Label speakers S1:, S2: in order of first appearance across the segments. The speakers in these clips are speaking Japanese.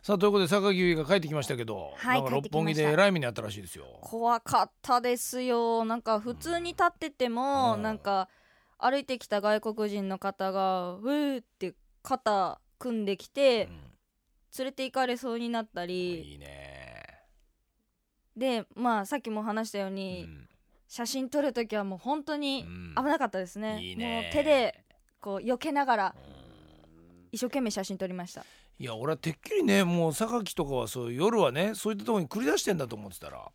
S1: さあということで榊優衣が帰ってきましたけど、
S2: はい
S1: なんか
S2: 帰って
S1: 六
S2: きました
S1: 本木でえらい目にあったらしいですよ。
S2: 怖かったですよなんか普通に立ってても、
S1: うん
S2: なんか歩いてきた外国人の方が「うー」って肩組んできて、連れて行かれそうになった
S1: うん
S2: り
S1: いいね。
S2: でまあさっきも話したよう
S1: う
S2: に、
S1: ん
S2: 写真撮る時はもう本当に
S1: うん
S2: 危なかったですね,、
S1: いいね
S2: もう手でこう避けながら
S1: うん
S2: 一生懸命写真撮りました
S1: いや俺はてっきりねもう榊とかはそう夜はねそういったところに繰り出してんだと思ってたら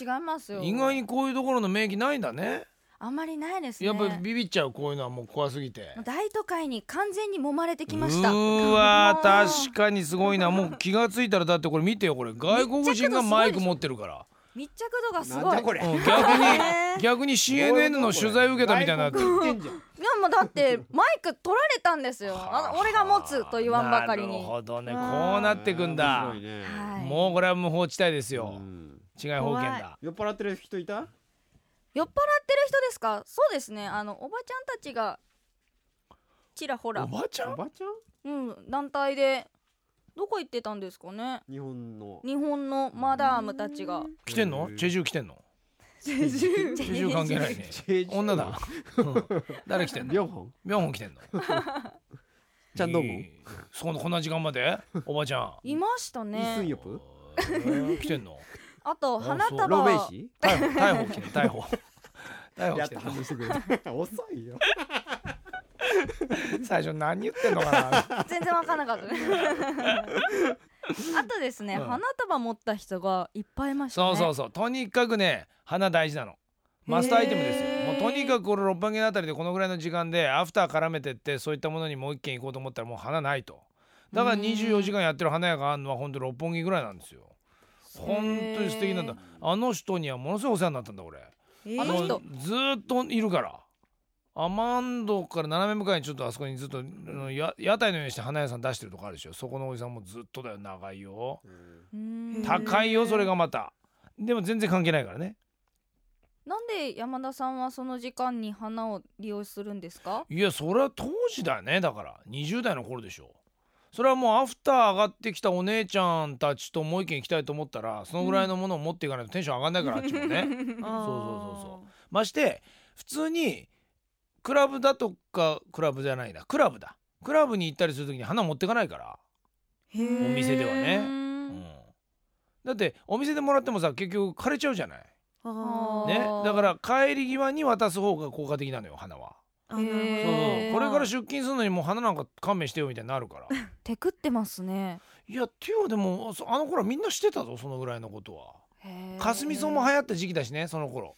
S2: 違いますよ
S1: 意外にこういうところの免疫ないんだね
S2: あんまりないですね
S1: やっぱりビビっちゃうこういうのはもう怖すぎて。
S2: もう大都会に完全に揉まれてきました
S1: うーわ
S2: もう
S1: ー確かにすごい なもう気がついたらだってこれ見てよこれ外国人がマイク持ってる から。
S2: 密着度がす
S3: なん
S2: ごい
S3: だこれ。
S1: うん逆
S2: へ
S1: に
S2: ー
S1: 逆に CNN の取材受けたみたいになってる
S3: 外国行ってんじゃん
S2: いやもうだってマイク取られたんですよあの俺が持つと言わんばかり
S1: なる
S2: に
S1: ほどね
S2: う
S1: こうんなってくんだ
S3: 面白いね
S2: はい
S1: もうこれは無法地帯ですよ
S3: うん
S1: 違い保険
S2: 怖
S1: だ
S3: 酔っ払ってる人いた？
S2: 酔っ払ってる人ですかそうですねあのおばちゃんたちがちらほら
S1: ばち
S3: おばちゃん？
S2: うん団体でどこ行ってたんですかね
S3: 日本の。
S2: 日本のマダムたちが
S1: 来てんの
S3: へー
S1: チェジュ来てんの
S2: チェジュ
S1: チェジュ関係ないね
S3: チェジュ
S1: 女 だうん誰来てんの
S3: 両方。
S1: ミョンホン来てんの
S3: ちゃんどうも
S1: いいそこのこんな時間までおばちゃん
S2: いました
S3: イスン
S2: ね
S3: ヨプ？
S1: 来てんの
S2: あと花
S1: あ
S2: 束
S1: そう
S3: ローベイ
S2: は
S3: シ
S1: 逮捕逮捕来てんの 逮捕逮捕
S3: ー？や
S1: 来
S3: ってた
S1: んの
S3: 反応してくれた。遅いよ。
S1: 最初何言ってんのかな
S2: 全然わかん なかったねあとですね
S1: うん
S2: 花束持った人がいっぱいいました
S1: そ
S2: ね
S1: うそうそうとにかくね花大事なのマストアイテムです
S2: へー
S1: よもうとにかくこれ六本木のあたりでこのぐらいの時間でアフター絡めてってそういったものにもう一軒行こうと思ったらもう花ないとだから
S2: うん
S1: 24時間やってる花屋があるのは本当六本木ぐらいなんですよ本当に素敵なんだ あの人にはものすごいお世話になったんだ俺
S2: へーあの人
S1: もうずーっといるからアマンドから斜め向かいにちょっとあそこにずっとあのや屋台のようにして花屋さん出してるとこあるでしょそこのおじさんもずっとだよ長いよ
S3: うん
S2: うん
S1: 高いよそれがまたでも全然関係ないからね
S2: なんで山田さんはその時間に花を利用するんですか
S1: いやそれは当時だねだから20代の頃でしょそれはもうアフター上がってきたお姉ちゃんたちともう一軒行きたいと思ったらそのぐらいのものを持っていかないとテンション上がんないから、あっちもね
S2: そうそう
S1: そうそうまして普通にクラブだとかクラブじゃないなクラブだクラブに行ったりする時に花持ってかないから、
S2: そう
S1: お店ではねうん
S2: ね
S1: だってお店でもらってもさ結局枯れちゃうじゃない、
S2: あー
S1: ね、だから帰り際に渡す方が効果的なのよ花は。
S2: あなるほど
S1: そう
S2: へ
S1: そう
S2: ー
S1: これから出勤するのにもう花なんか勘弁してよみたいになる から。
S2: テクってますね
S1: いやっていうかでもそあの頃はみんなしてたぞそのぐらいのことは。かすみ草も流
S2: 早
S1: 行った時期だしねその頃。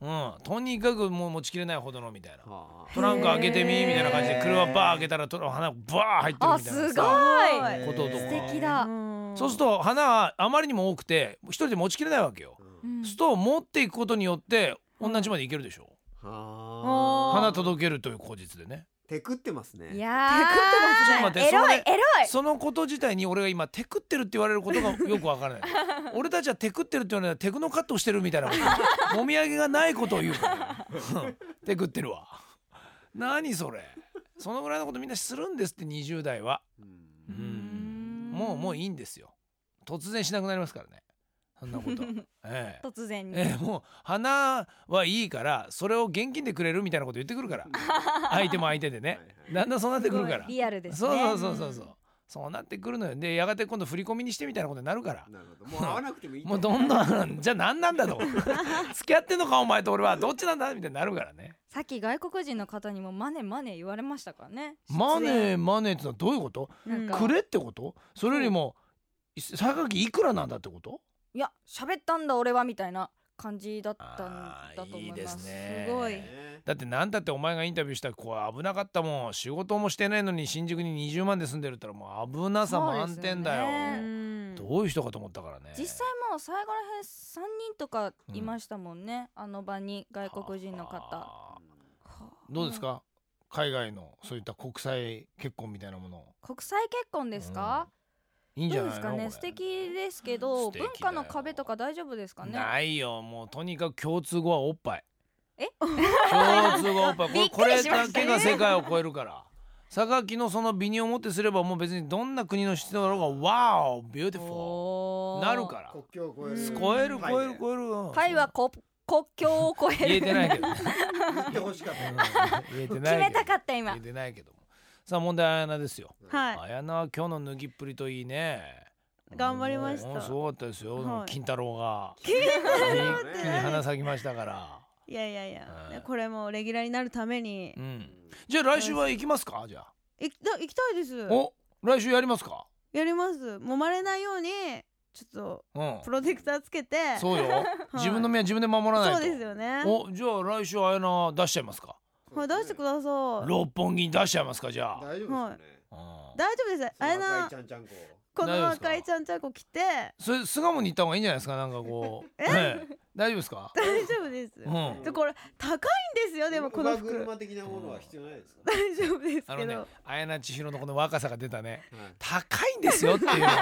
S1: うんとにかくもう持ちきれないほどのみたいな。
S3: はあ
S1: トランク開けてみ
S2: へー
S1: みたいな感じで車バー開けたらと花バー入ってる
S2: あ
S1: み
S2: す
S1: たいな
S2: ご
S1: さ
S2: い
S3: い
S1: こととか
S2: 素敵だ
S1: そうすると花はあまりにも多くて一人で持ちきれないわけよ。
S3: うん
S2: うん
S1: すると持っていくことによって同じまで行けるでしょ。
S3: はあ。
S1: 花届けるという口実でね。
S3: テクってますね。
S2: いや
S1: ちょっ
S2: ー
S1: と待って
S2: エ
S1: そ
S2: ロ
S1: れ
S2: いエロい
S1: そのこと自体に俺が今テクってるって言われること がよくわからない俺たちはテクってるって言われたらテクノカットをしてるみたいなこともみあげがないことを言うから テクってるわ何それそのぐらいのことみんなするんですって20代は
S3: うん
S2: ん
S1: もうもういいんですよ突然しなくなりますからねそんなこと ええ
S2: 突然に
S1: ええ、もう花はいいからそれを現金でくれるみたいなこと言ってくるから 相手も相手でね
S3: はいはい
S1: だんだんそうなってくるから
S2: すごいリアルです
S1: そう
S2: ね
S1: そうそうそうそうそうなってくるのよでやがて今度振り込みにしてみたいなことになるから
S3: なるほど。もう会わなくてもいい。
S1: もうどんど んじゃあ何なんだと付き合ってんのかお前と俺はどっちなんだみたいになるからね
S2: さっき外国人の方にもマネマネ言われましたからね
S1: マネーマネーってのはどういうこと
S2: なんか
S1: くれってことそれよりも榊いくらなんだってこと
S2: いや喋ったんだ俺はみたいな感じだったん
S1: あー
S2: だと思い
S1: いい
S2: ます
S1: ですね
S2: すごい
S3: ね
S1: だって何だってお前がインタビューした子は危なかったもん仕事もしてないのに新宿に20万で住んでるったらもう危なさ満点だよ
S2: そうですよ
S1: どういう人かと思ったからね
S2: 実際もう最後らへん3人とかいましたもんね、あの場に外国人の方は
S1: はあ
S2: あ
S1: どうですか、海外のそういった国際結婚みたいなもの
S2: 国際結婚ですか、
S1: いいんじ
S2: ど
S1: ゃ
S2: う
S1: ないの
S2: ですか
S1: これ
S2: ね素敵ですけど
S1: 素敵だ
S2: 文
S1: よ
S2: 化の壁とか大丈夫ですかね
S1: ないよもうとにかく共通語はおっぱい
S2: え
S1: 共通語はおっぱいこ
S2: び
S1: れ
S2: っ
S1: こ
S2: くり
S1: れ
S2: しま
S1: だ
S2: した
S1: けが世界を超えるから榊のその美にをもってすればもう別にどんな国の人だろうが「わおビューティフォー」なる
S2: ら
S1: から
S3: 国境を
S2: う
S3: 越え
S2: ん
S3: る。
S1: 超える
S3: はい
S1: 超える 超える
S2: パイはこ国境を越え
S1: 言
S2: る
S1: えてないけどね
S3: 言ってほしかっ
S1: うん
S3: た。
S1: 言えてない
S2: 決め
S1: けど
S2: たかった今
S1: 言えてないけどもさあ問題は綾菜ですよ
S4: はい
S1: 綾菜は今日の脱ぎっぷりといいね
S4: 頑張りまし
S1: うんす
S4: た
S1: ごかったですよ、
S4: はい
S1: 金太郎が
S3: 郎
S1: 一気に花咲きましたから
S4: いやいや
S1: は
S4: いや
S1: い
S4: これもレギュラーになるために
S1: うんじゃあ来週は行きますかじゃあ
S4: 行きた行きたいです
S1: お来週やりますか
S4: やります揉まれないようにちょっ
S1: うん
S4: とプロテクターつけて
S1: そうよ自分の身は自分で守らないと
S4: そうですよね
S1: おじゃあ来週あやな出しちゃいますか
S4: はい出してください
S1: 六本木に出しちゃいますかじゃあ
S3: 大丈夫ですよね。
S1: うん
S4: 大丈夫ですあ
S3: あ
S4: や
S3: や
S4: な
S3: ちゃんちゃんこ。
S1: 大
S4: こ
S1: 丈
S4: の
S1: 夫ですか
S4: 赤いちゃんちゃんこ来 て
S1: それ巣鴨に行った方がいいんじゃないですかなんかこう、ええ大丈夫ですか
S4: 大丈夫です
S1: うん
S4: でこれ高いんですよでもこの
S3: 馬
S4: 服
S3: 車的なものは必要ないですか。
S4: 大丈夫です
S1: あ
S4: け
S1: のね
S4: ど
S1: 綾菜千尋のこの若さが出たね
S3: はい
S1: 高いんですよって いうのは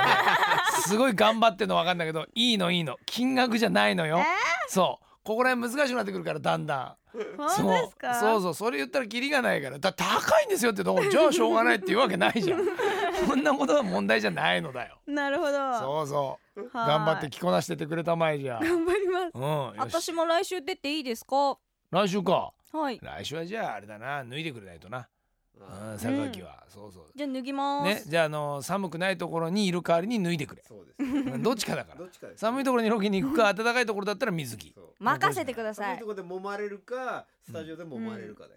S1: ねすごい頑張ってんの分かんないけどいいのいいの金額じゃないのよ、
S4: えー
S1: そうここら辺難しくなってくるからだんだん
S4: 本当ですか
S1: そうそうそうそれ言ったらキリがないからだ高いんですよってとこじゃあしょうがないっていうわけない じゃんそんなことは問題じゃないのだよ
S4: なるほど
S1: そうそう
S4: はーい
S1: 頑張って着こなしてってくれたまえじゃ
S4: 頑張ります
S1: あうんよし
S2: 私も来週出ていいですか
S1: 来週か
S2: はい
S1: 来週はじゃああれだな脱いでくれないとな
S3: あ
S1: うん榊は、そうそう
S2: じゃあ脱ぎま
S1: ね
S2: す、
S1: じゃあ、あの寒くないところにいる代わりに脱いでくれ
S3: ーそうですね。
S1: どっちかだから
S3: どっちかです。
S1: 寒いところにロケに行くか暖かいところだったら水着
S3: そう
S2: 任せてくださ
S3: 寒い
S2: い
S3: とこで揉まれるか、スタジオで揉まれるかだよ。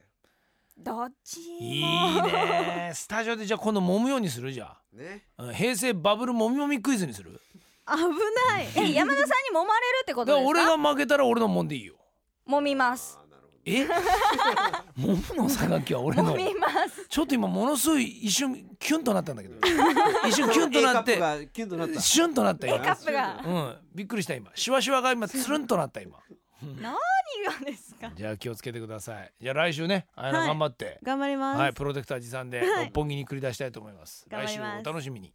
S2: どっちも
S1: いいね スタジオでじゃあ今度揉むようにするじゃ
S3: ね。
S1: あうん平成バブルもみもみクイズにする
S4: 危ない
S2: え山田さんに揉まれるってこ
S1: だか
S2: と
S1: ら
S2: です
S1: 俺
S2: か
S1: が負けたら俺のもんでいいよ
S2: 揉み ます
S3: あー。なるほど
S1: え揉むの榊は俺の
S2: 揉みます
S1: ちょっと今ものすごい一瞬キュンとなったんだけど一瞬キュンとなっ
S3: A
S1: て
S3: カップがキュンとなった。
S1: シュンとなった
S3: あ
S1: 今
S2: カップが
S1: うんびっくりした今シワシワが今つるんとなった今
S2: 何がですか
S1: じゃあ気をつけてくださいじゃあ来週ねあやな
S4: はい
S1: 頑張って
S4: 頑張ります
S1: はい、プロテクター持参で
S4: はい
S1: 六本木に繰り出したいと思います。
S4: 頑
S1: 来
S4: 張り
S1: 週
S4: ます
S1: お楽しみに。